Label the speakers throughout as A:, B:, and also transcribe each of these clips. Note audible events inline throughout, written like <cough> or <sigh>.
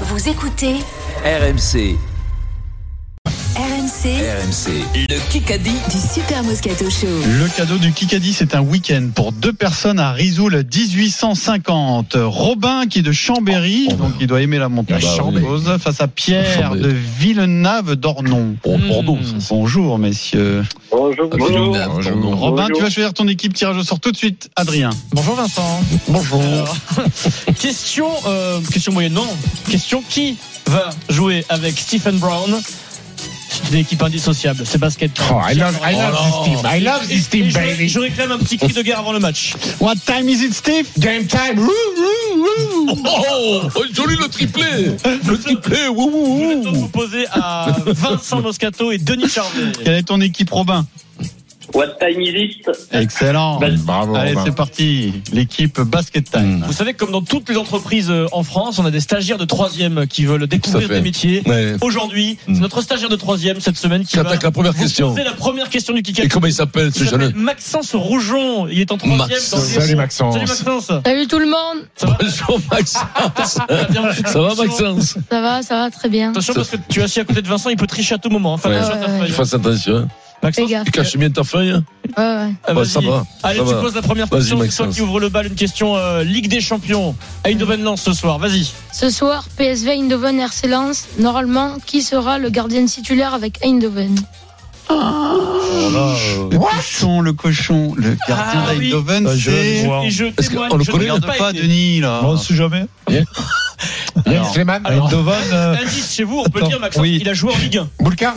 A: Vous écoutez
B: RMC,
A: RMC
B: RMC, le Kikadi.
A: du Super Moscato Show.
C: Le cadeau du Kikadi, c'est un week-end pour deux personnes à Risoul 1850. Robin qui est de Chambéry, donc il doit aimer la montagne,
D: Oh, Ah bah
C: je
D: oui.
C: suppose, face à Pierre
D: Chambéry.
C: de Villeneuve d'Ornon.
D: Bon, Bordeaux, ça, c'est-
C: Bonjour messieurs.
E: Bonjour,
D: Ah, c'est
E: bonjour.
D: une dame,
F: Bonjour.
D: Bordeaux.
C: Robin,
E: Bonjour.
C: tu vas choisir ton équipe tirage au sort tout de suite. Adrien.
G: Bonjour Vincent. Bonjour. question, euh, question moyenne, non. Question qui va jouer avec Stephen Brown C'est une équipe indissociable. C'est basket.
F: Oh, I love, I love this team. I love this
G: Et
F: team,
G: je, et
F: baby.
G: je réclame un petit cri de guerre avant le match.
C: What time is it Steve
F: Game time. Woo, woo, woo.
D: Oh, oh, joli le triplé Le triplé, wouh,
G: Je vais
D: wouh,
G: donc vous poser à Vincent Moscato et Denis Charvet.
C: Quelle est ton équipe Robin
E: What time is it
C: Excellent.
D: Bah,
F: Bravo.
C: Allez, c'est parti. L'équipe basket time.
D: Hmm.
G: Vous savez, que comme dans toutes les entreprises euh, en France, on a des stagiaires de troisième qui veulent découvrir
D: fait.
G: des métiers.
D: Ouais.
G: Aujourd'hui,
D: Mm.
G: c'est notre stagiaire de troisième cette semaine qui
D: Qui
G: va
D: attaque la première question.
G: poser la première question du Kikadi.
D: Et comment il s'appelle ce
G: Il s'appelle
D: jeune
G: Maxence Rougeon, il est en troisième.
D: Maxence.
G: dans le-
F: Salut Maxence.
G: Salut Maxence.
H: Salut tout le monde,
G: Ça va
D: Bonjour Maxence Ça va Maxence
H: ça va, ça va très bien.
G: Attention parce que tu es assis à côté de Vincent, il peut tricher à tout moment. hein. Fais
D: Ouais.
G: attention à ta feuille.
D: Tu fasses attention. hein.
G: Maxence,
H: Fais gaffe.
D: Tu caches bien ta feuille hein
H: Ouais, ouais.
G: ah,
D: Bah,
G: vas-y.
D: Ça va.
G: Allez,
D: ça
G: tu
D: va.
G: poses la première
D: Vas-y,
G: question. C'est toi
D: Maxence.
G: qui ouvre le bal. Une question euh, Ligue des Champions. À Eindhoven Lens ce soir. Vas-y.
H: Ce soir, PSV Eindhoven RC Lens. Normalement, qui sera le gardien titulaire avec Eindhoven
C: Le cochon, le cochon, le gardien
G: Ah, oui.
C: d'Eindhoven, c'est...
G: Et je
D: Est-ce
G: témoigne,
D: qu'on le
G: je ne
D: connaît
G: regarde
C: Regarde pas
G: été.
C: Denis là.
F: jamais.
C: Alors.
F: Slimane.
G: Alors.
F: Dovan. euh,
G: Indice chez vous, on peut le
F: Attends,
G: dire, Maxence.
F: oui.
G: Il a joué en Ligue 1.
F: Boulka.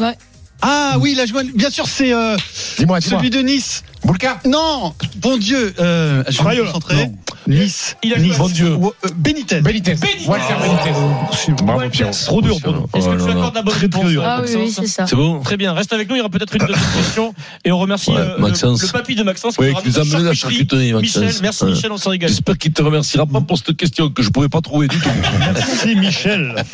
C: Ah oui, la joie. Bien sûr, c'est euh,
F: Dis-moi, dis-moi.
C: celui de Nice.
F: Boulka.
C: Non, bon Dieu, euh, je vais me
F: Rayola.
C: concentrer.
F: Non.
C: Nice.
G: Il a
C: nice.
G: joué à- Bon
F: Dieu.
C: Ou, euh, Benitez.
F: Benitez.
G: Benitez.
F: Walter Benitez. Bravo Pierre. Trop dur pour nous.
G: Est-ce que tu
D: Oh là
G: accordes la bonne hein.
F: Très, très
G: réponse
F: dur.
G: à
H: Ah oui,
G: Maxence
H: oui, c'est ça.
D: C'est bon
G: Très bien, reste avec nous, il y aura peut-être une
D: <laughs>
G: deuxième question. Et on remercie
D: Ouais,
G: euh, le-
D: Maxence.
G: le, papy de Maxence qui
D: Oui,
G: nous a
D: qui nous a
G: ramené
D: amené la
G: charcuterie.
D: charcuterie
G: Michel,
D: Maxence.
G: merci
D: Ouais.
G: Michel, on s'en régale.
D: J'espère qu'il te remerciera pas pour cette question que je pouvais pas trouver du tout.
F: Merci
C: <laughs>
F: Michel.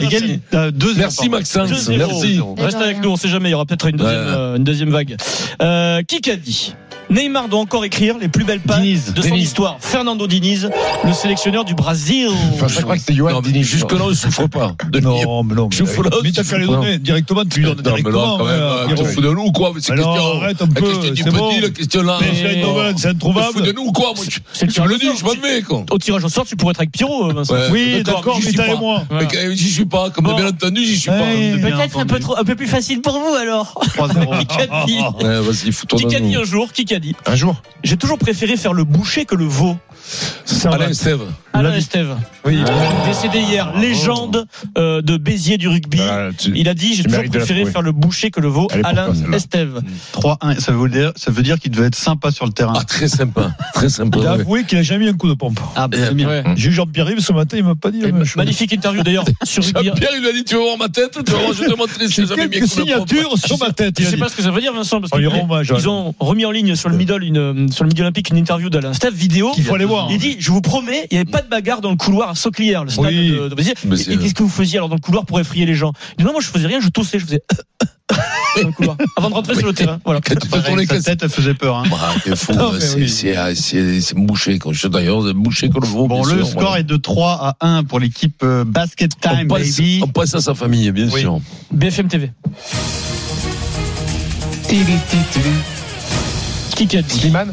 C: Égal, euh, deux
D: Merci
C: zéro, pardon.
G: Deux
D: Maxence.
G: zéro.
D: Merci.
G: Reste
H: de
G: avec
H: rien.
G: nous, on sait jamais, il y aura peut-être une deuxième,
D: Ouais.
G: euh, une deuxième vague. Euh, qui qu'a dit Neymar doit encore écrire les plus belles pages
C: Diniz.
G: de son
F: Diniz.
G: histoire. Fernando Diniz, le sélectionneur du Brésil.
F: Enfin, je crois que c'est
D: Non,
F: Johan
D: mais
F: Dini.
D: Jusque-là, on souffre pas. Denis.
F: Non, mais non.
D: Je vous
F: Mais,
D: lance.
F: mais t'as qu'à les donner directement, tu lui donnes
D: Non, mais là,
F: directement.
D: quand même, euh, tu te
F: euh,
D: fous de nous ou quoi Mais c'est
F: Alors,
D: question.
F: arrête un
D: La
F: peu,
D: question du
F: c'est
D: petit,
F: bon.
D: la question là. euh,
F: Mais Michel Dovan, c'est
D: Tu te fous de
F: introuvable.
D: nous ou quoi Moi, je-
G: C'est le
D: Tu me le
G: tirage au
D: dis, je
G: sort.
D: m'en vais, quoi.
G: Au tirage au sort, tu pourrais être avec Pierrot, euh, Vincent.
D: Ouais.
F: Oui, d'accord,
D: j'y
F: mais
D: suis
F: t'as
D: pas.
F: et moi.
G: Voilà.
D: Mais quand- J'y suis pas, comme
G: Bon.
D: bien entendu, j'y suis pas.
F: Ouais.
C: Bien
G: Peut-être un
C: entendu.
G: peu, trop, un peu plus facile pour vous
D: <laughs>
G: alors.
C: 3-0. <laughs>
G: Qui qu'a dit
D: Ouais, vas-y, fous-toi
G: Qui
D: dans
G: qu'a dit
D: nous.
G: un jour Qui qu'a dit
F: Un jour.
G: J'ai toujours préféré faire le boucher que le veau.
F: Ça va.
D: Alain Estève.
G: Alain Estève,
F: Oui.
D: Ah.
G: décédé hier, légende euh, de Béziers du rugby.
F: Ah, tu-
G: Il a dit
F: Tu
G: J'ai toujours
F: mérites de la
G: préféré
F: trouver.
G: faire le boucher que le veau.
F: Elle est pour
G: Alain
F: toi, celle-là.
G: Estève.
C: 3-1, ça veut dire, ça veut dire qu'il devait être sympa sur le terrain.
D: Ah, très sympa. Très sympa.
F: Il a
D: ouais.
F: avoué qu'il a jamais eu un coup de pompe.
C: Ah, bah, c'est bien.
G: Ouais.
F: J'ai eu Jean-Pierre Yves ce matin, il m'a pas dit euh, la même chose.
G: Magnifique interview d'ailleurs
F: <laughs>
G: sur Rugby.
D: Pierre, il lui a dit Tu veux voir ma tête Tu vas voir, je vais te montrer si
F: J'ai
D: j'ai jamais mis un
F: quelques
D: coup de pompe.
F: signatures sur ma tête. Oh,
G: Je
F: il a
G: sais
F: dit.
G: pas ce que ça veut dire Vincent parce
F: On lui
G: qu'ils
F: rend hommage.
G: ils ont remis en ligne sur le middle une euh, sur le midi olympique une interview d'Alain Steph vidéo.
F: Qu'il faut aller voir.
G: Il dit je vous promets il n'y avait pas de bagarre dans le couloir à Sauclière le stade
F: Oui.
G: de, de Béziers.
D: Mais
G: Et,
D: c'est-
G: et qu'est-ce que vous faisiez alors dans le couloir pour effrayer les gens Il dit non moi je faisais rien je toussais je faisais <laughs> dans le couloir avant de rentrer sur le terrain voilà.
D: Quand tu te
C: Pareil,
D: tournes les
C: sa
D: cassettes.
C: tête, elle faisait peur. hein.
D: Bah, t'es fou,
F: Non,
D: ouais,
F: mais
D: c'est
F: oui.
D: c'est- ah, c'est- c'est bouché. quoi. Je- D'ailleurs, c'est bouché comme le veau.
C: Bon,
D: bien
C: le
D: sûr,
C: score
D: voilà.
C: est de 3 à 1 pour l'équipe euh, Basket Time,
D: on passe,
C: baby.
D: on passe à sa famille, bien
C: Oui.
D: sûr.
G: BFM TV. Qui qu'a dit
F: Slimane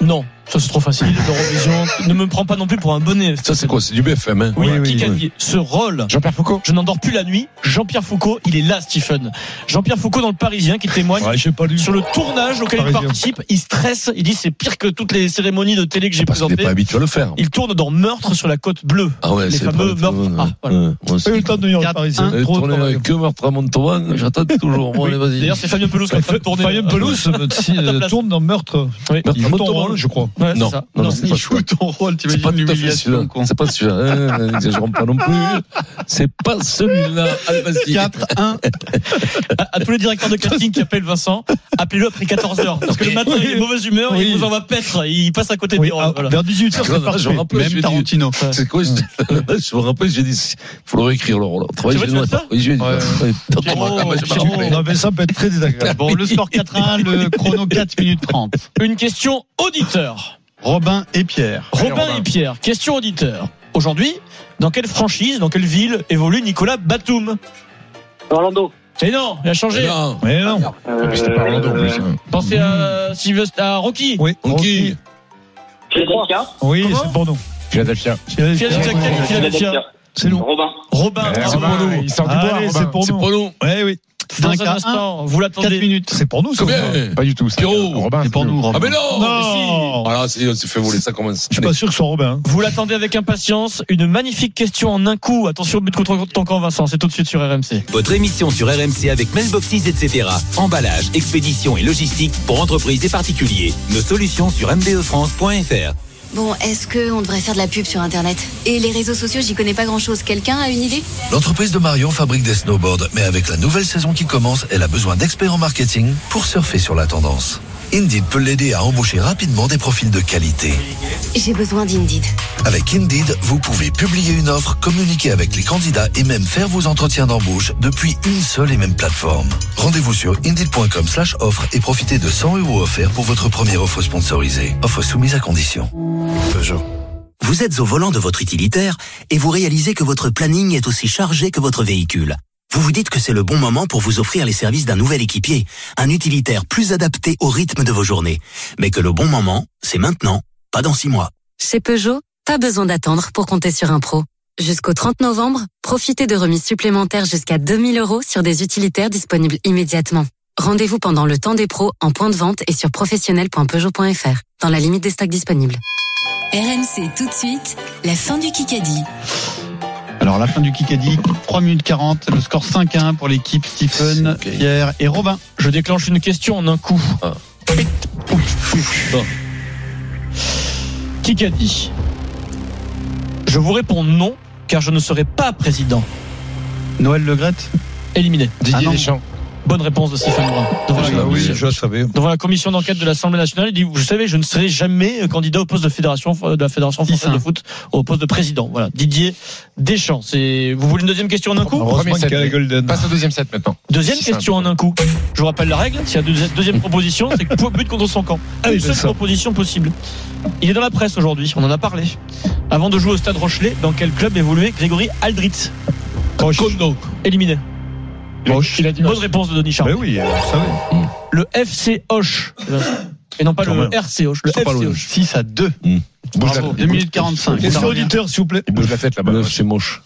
G: Non ça c'est trop facile
F: <laughs>
G: il est d'Eurovision. ne me prends pas non plus pour un bonnet.
D: Ça, c'est quoi C'est du BFM. Hein
G: Oui,
F: Oui,
G: qui
F: oui,
G: qu'a
F: oui.
G: dit ce rôle
F: Jean-Pierre Foucault
G: Je n'endors plus la nuit. Jean-Pierre Foucault, il est là, Stephen. Jean-Pierre Foucault dans le Parisien qui témoigne
F: Ouais, j'ai pas lu.
G: sur le tournage auquel il
F: Parisien.
G: participe. Il stresse. Il dit c'est pire que toutes les cérémonies de télé que j'ai
D: Parce qu'il n'est
G: présentées.
D: pas habitué à le faire.
G: Il tourne dans Meurtre sur la côte bleue.
D: Ah ouais,
G: Les
D: c'est
G: fameux
D: pas- hein.
G: meurtres. Ah, voilà.
D: Ouais, moi aussi.
F: Pas eu le temps de lire le Parisien.
C: hein.
D: Allez,
F: Trop
D: tournez
F: de temps.
D: avec eux, meurtre à Montauban, j'attends toujours. Bon, allez, vas-y.
G: D'ailleurs, c'est Fabien Pelouse qui est en train de tourner.
F: Fabien Pelouse si,
G: ta
F: euh,
G: place.
F: tourne dans Meurtre.
G: Oui.
D: Meurtre
F: Il
D: à
F: joue
D: Montauban.
F: ton rôle, je crois.
G: Ouais, c'est
D: Non,
G: ça.
D: non,
G: Non.
D: c'est
C: Joue
D: pas chouette.
C: ton rôle,
D: C'est
C: t'imagines
D: pas tout à fait celui-là.
C: l'humiliation. con.
D: C'est pas celui-là. Euh, N'exagérons pas non plus. C'est pas celui-là. Allez, vas-y.
C: 4-1.
G: À, à tous les directeurs de casting qui appellent Vincent, appelez-le après 14h. Parce que le matin, il est de mauvaise humeur,
F: Oui.
G: il vous envoie paître. Il passe à côté
F: Oui,
G: des
F: ah,
G: voilà.
F: Vers 18h,
D: Non,
F: c'est
D: non, je me
F: parti.
D: rappelle, je
C: Même
D: lui ai dit-
C: Tarantino.
D: C'est quoi je- <laughs> Je me rappelle, j'ai dit, faut le réécrire le rôle.
G: C'est vrai, tu fais ça
D: Oui, je lui ai dit,
C: Ouais, ouais.
D: ouais, t'as
G: Pierrot,
D: ton- ah, bah, j'ai pas
G: Pierrot.
D: rappelé.
F: Non, mais ça peut être très désagréable.
C: Bon, le score 4-1, le
F: <laughs>
C: chrono 4 minutes 30.
G: Une question auditeur.
C: Robin et Pierre.
G: Robin
F: Robin.
G: et Pierre, question auditeur. Aujourd'hui, dans quelle franchise, dans quelle ville évolue Nicolas Batum
E: Orlando.
G: Mais non, il a changé.
D: Eh Non.
C: Ah
F: Mais non.
E: Euh,
I: hein.
G: Pensez à, Sylvester- à Rocky.
F: Oui.
D: Qui
E: Philadelphia.
F: Oui,
G: Comment
F: c'est pour nous.
I: Philadelphia.
G: Philadelphia, quel- Philadelphia.
F: C'est nous.
E: Robin.
G: Robin,
I: Eh,
G: bravo.
I: Robin, Il sort du bois.
F: Allez, c'est pour
D: C'est
F: nous.
D: pour nous.
F: Ouais, oui.
C: D'un
G: dans
C: cas
G: un instant, vous
C: 4
G: l'attendez.
C: minutes.
F: C'est pour nous, ça.
D: C'est Eh bien.
I: Pas du tout. ça.
D: Pierrot.
I: Robin,
C: C'est pour nous,
D: Ah,
C: Robin. Ah,
D: mais non Ah
F: Non.
D: Voilà, c'est on s'est fait voler, ça commence.
F: Je suis pas sûr que ce soit Robin.
G: Vous l'attendez avec impatience. Une magnifique question en un coup. Attention au but contre ton camp, Vincent. C'est tout de suite sur RMC.
B: Votre émission sur RMC avec Mailboxes, etc. Emballage, expédition et logistique pour entreprises et particuliers. Nos solutions sur E mbefrance.fr.
A: Bon, est-ce qu'on devrait faire de la pub sur Internet Et les réseaux sociaux, j'y connais pas grand-chose. Quelqu'un a une idée
J: L'entreprise de Marion fabrique des snowboards, mais avec la nouvelle saison qui commence, elle a besoin d'experts en marketing pour surfer sur la tendance. Indeed peut l'aider à embaucher rapidement des profils de qualité.
A: J'ai besoin d'Indeed.
J: Avec Indeed, vous pouvez publier une offre, communiquer avec les candidats et même faire vos entretiens d'embauche depuis une seule et même plateforme. Rendez-vous sur indeed.com slash offre et profitez de 100 euros offerts pour votre première offre sponsorisée. Offre soumise à condition. Peugeot.
B: Vous êtes au volant de votre utilitaire et vous réalisez que votre planning est aussi chargé que votre véhicule. Vous vous dites que c'est le bon moment pour vous offrir les services d'un nouvel équipier, un utilitaire plus adapté au rythme de vos journées. Mais que le bon moment, c'est maintenant, pas dans six mois.
A: Chez Peugeot, pas besoin d'attendre pour compter sur un pro. Jusqu'au 30 novembre, profitez de remises supplémentaires jusqu'à 2000 euros sur des utilitaires disponibles immédiatement. Rendez-vous pendant le temps des pros en point de vente et sur professionnel.peugeot.fr, dans la limite des stocks disponibles. RMC tout de suite, la fin du Kikadi.
F: hein.
C: Alors, la fin du Kikadi, 3 minutes 40, le score 5 à 1 pour l'équipe Stephen,
D: Ok.
C: Pierre et Robin.
G: Je déclenche une question en un coup.
D: Ah.
G: Bon. Qui qu'a dit Je vous réponds non, car je ne serai pas président.
C: Noël Legrette
G: Éliminé.
C: Ah
I: Didier
C: non.
I: Deschamps.
G: Bonne réponse de Stéphane Brun. Devant, la,
F: Ah bah oui, je le savais.
G: devant la commission d'enquête de l'Assemblée nationale, il dit Vous savez, je ne serai jamais candidat au poste de, fédération, euh, de la Fédération française
C: Tissin.
G: de foot, au poste de président. Voilà, Didier Deschamps. C'est- Vous voulez une deuxième question en un coup
F: Heureusement
I: Premier set.
F: qu'il y a la Golden.
I: Passe au deuxième set maintenant.
G: Deuxième
I: C'est
G: question en un coup. Je vous rappelle la règle. S'il y a deux- deuxième proposition, c'est que point but contre son camp.
F: Ah oui,
G: Une
F: c'est
G: seule
F: ça.
G: proposition possible. Il est dans la presse aujourd'hui. On en a parlé. Avant de jouer au Stade Rochelet, dans quel club évoluait Grégory Aldrit
D: Kondo.
G: Éliminé.
I: Il a- Il a dit
G: Bonne réponse de Denis Charles.
F: Mais Ben oui, je le savais.
G: Le FC Hoche. Et non pas
F: Quand
G: le
F: même.
G: RC Hoche. Le
D: Ils sont pas
G: FC
D: loin.
G: Hoche.
C: 6 à 2.
I: Bouge la-
C: 2 minutes 45.
F: Question auditeur, s'il vous plaît.
I: Il bouge la tête là-bas.
D: Bluff, c'est moche.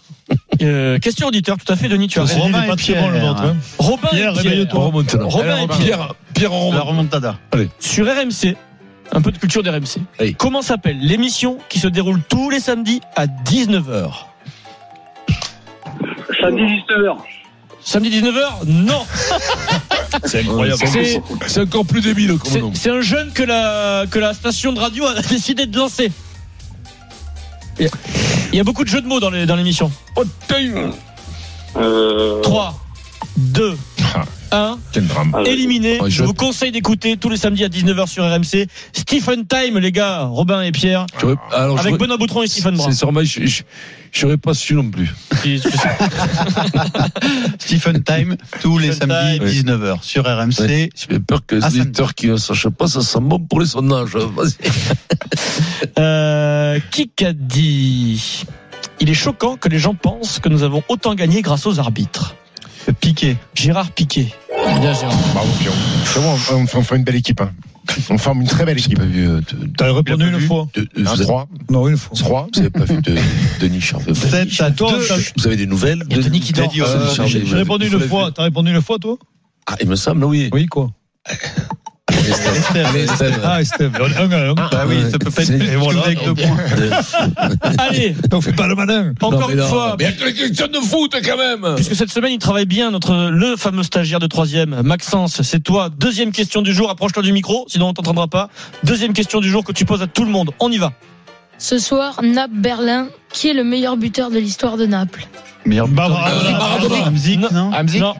G: Euh, question auditeur, tout à fait, Denis, tu as raison.
C: Robin
F: Il est
C: et
F: pas très bon, le
C: Pierre.
F: ventre, hein.
G: Robin
F: Pierre,
G: et Pierre.
F: réveille-toi.
G: Robin
D: Remonte là.
I: Allez,
G: et
I: Robin.
G: Pierre.
D: Pierre, Pierre, on
C: La
D: remonte.
C: remontada.
G: sur RMC, un peu de culture d'RMC.
D: Oui.
G: Comment s'appelle l'émission qui se déroule tous les samedis à 19h
E: Samedi 19h.
G: Samedi 19h Non
F: C'est
G: C'est-
D: C'est encore plus débile comme
G: C'est
D: nom.
G: c'est un jeune que la, que la station de radio a <laughs> décidé de lancer. Il y a- il y a beaucoup de jeux de mots dans les- dans l'émission.
D: Oh, putain.
E: Euh,
G: 3, 2, 1.
I: Quel drame.
E: euh,
G: éliminé.
D: Ouais,
G: je
D: Ah, je-
G: vous conseille d'écouter tous les samedis à 19h sur RMC. Stephen Time, les gars, Robin et Pierre,
D: Tu vois, Alors,
G: avec
D: Oh, je-
G: Benoît Boutron et Stephen Brun.
D: C'est sûrement, je je- j'aurais pas su non plus.
G: Qui-
C: Stephen Time, tous les
G: Stephen
C: samedis,
D: Time.
C: 19h sur RMC.
D: Ouais. J'ai peur que les
C: Ah, ça me-
D: auditeurs qui ne sachent pas, ça sent bon pour les sondages. Vas-y.
G: Euh, qui qu'a dit Il est choquant que les gens pensent que nous avons autant gagné grâce aux arbitres.
C: Piqué.
G: Gérard Piquet. Bien, Gérard.
I: Bravo, Pierrot. C'est bon, on, on forme une belle équipe. hein. On forme une très belle équipe. Hein,
F: T'as répondu une fois.
I: Un 3.
F: Non, une fois.
I: 3. Vous n'avez pas vu de
D: <laughs>
I: Denis Charvet. Vous
C: 7 à 2.
F: Toi, t'as-
I: avez des nouvelles
G: Il y a Denis qui dort.
C: Denis aussi.
I: Euh,
F: j'ai j'ai répondu une fois. T'as répondu une fois, toi
I: Ah, il me semble, oui.
F: Oui, quoi
I: Allez, Steve.
F: Ah, Steve.
G: <laughs>
F: Un à un.
C: Bah oui, ça peut pas être
I: C'est-
C: plus que vous avec deux points.
G: Allez,
F: On fait pas le malin.
G: encore
D: mais
G: une
D: non,
G: fois.
D: Mais avec les questions de foot quand même.
G: Puisque cette semaine, il travaille bien, notre le fameux stagiaire de troisième, Maxence, c'est toi. Deuxième question du jour, approche-toi du micro, sinon on t'entendra pas. Deuxième question du jour que tu poses à tout le monde. On y va.
H: Ce soir, Naples Berlin, qui est le meilleur buteur de l'histoire de Naples
C: Meilleur
F: Bah,
C: buteur
F: bravo,
C: de la
G: bravo,
C: Coupe
G: bravo.
C: Hamzik,
G: Non.
C: non
I: Hamzik
G: Non,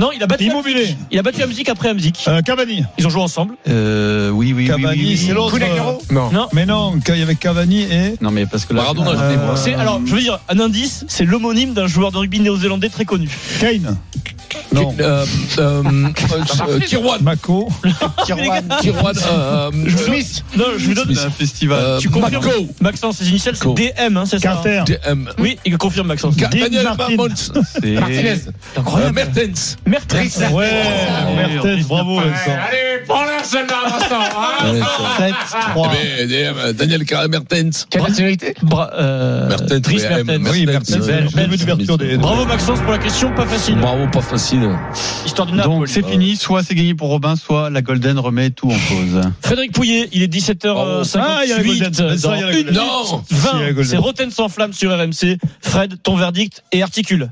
G: non, il a battu.
F: Immobilier.
G: Il a battu Amzik après Amzik.
F: Euh, Cavani.
G: Ils ont joué ensemble.
C: Euh, oui, oui, oui, oui,
F: Cavani,
C: oui.
F: c'est l'autre.
I: Coulignaro Non.
F: Mais non, quand il y avait Cavani et.
C: Non, mais parce que là.
D: Maradona,
C: euh,
D: je dis, moi.
G: C'est alors, je veux dire, un indice, c'est l'homonyme d'un joueur de rugby néo-zélandais très connu.
F: Kane.
D: Non. Euh, euh, euh, Kirwan.
G: <laughs>
F: Mako.
D: Kirwan. Kirwan. euh,
G: Je vous donne-
D: Smith.
G: Non, je vous donne.
D: Smith.
C: un festival.
D: Euh,
G: Tu confirmes
D: Marco.
G: Maxence, ses initiales, c'est
D: Co.
G: DM, hein, c'est ça hein
F: Carter.
D: DM.
G: Oui, il confirme Maxence.
D: Ca-
G: Dean
D: Daniel
G: Martin.
D: Martins.
C: C'est-
D: Martinez. Euh,
G: Incroyable.
D: Mertens.
G: Mertens.
F: Ouais, Mertens, bravo, Vincent.
I: Allez, prends-la celle-là, Vincent.
F: 7-3.
D: Eh bien, DM, Daniel Car- Mertens.
I: Quelle nationalité
G: Bra- euh,
D: Mertens,
G: Dries
D: oui,
G: Mertens.
D: M.
F: Oui,
D: Mertens,
F: Mertens,
D: Mertens,
F: belle ouverture des-
G: Bravo Maxence pour la question, pas facile.
D: Bravo, pas facile.
G: Histoire du
C: Donc
G: Napoli.
F: euh,
C: c'est fini, soit c'est gagné pour Robin, soit la Golden remet tout en cause.
G: Frédéric Pouillet, il est
F: Ah, il y a la Golden.
G: 17h58.
F: Ça, il y a la Golden.
D: Non.
F: Si, il y a la
G: 20,
F: Golden.
G: c'est Roten sans flamme sur RMC. Fred, ton verdict et articule.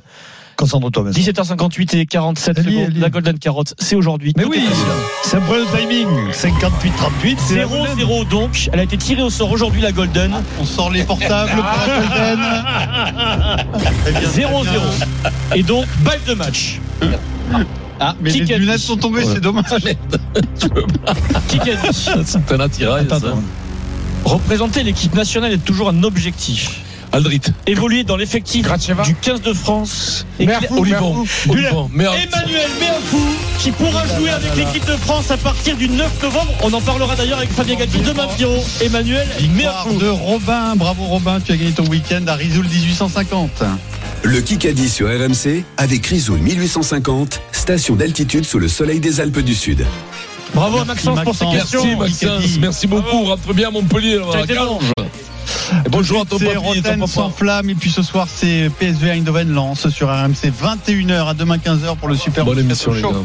F: Concentre-toi, Vincent.
G: 17h58 et 47
F: Ellie,
G: secondes.
F: Ellie.
G: La Golden Carotte, c'est aujourd'hui.
F: Mais
G: Tout est
F: oui,
G: possible.
F: c'est un problème de timing. 58-38, c'est la Golden.
G: 0-0 donc. Elle a été tirée au sort aujourd'hui, la Golden.
C: On sort les portables pour la Golden. Très bien, très
G: 0-0.
C: bien.
G: Et donc, balle de match.
C: Ah, mais les
G: Kikadi.
C: lunettes sont tombées, c'est dommage.
F: <laughs>
G: Qui gagne
D: C'est un attirail, ça.
G: Représenter l'équipe nationale est toujours un objectif.
D: Aldrit.
G: Évoluer dans l'effectif
I: Gracheva.
G: du 15 de France. Et
I: Merfou,
D: Olivon.
I: Merfou.
D: Olivon. Oh, Merde.
G: Emmanuel Béafou qui pourra jouer avec l'équipe de France à partir du 9 novembre. On en parlera d'ailleurs avec Fabien Gatti demain, Pierrot. Emmanuel
C: Victoire
G: Béafou.
C: de Robin, bravo Robin, tu as gagné ton week-end à Rizoul 1850.
K: Le Kikadi sur RMC avec Rizoul 1850, station d'altitude sous le soleil des Alpes du Sud.
G: Bravo à Maxence, pour ses
C: Maxence.
G: questions.
D: Merci Maxence,
C: Kikadi.
D: merci beaucoup. Rentre bien à Montpellier. là,
G: Ça a
D: la
G: été long.
D: Gange. Et Bonjour à ton
C: C'est
D: papy et ton
C: Rotten sans
D: papa.
C: flamme et puis ce soir c'est PSV Eindhoven Lance sur RMC 21h à demain 15h pour le Super
D: Bonne émission les
C: Show.
D: gars.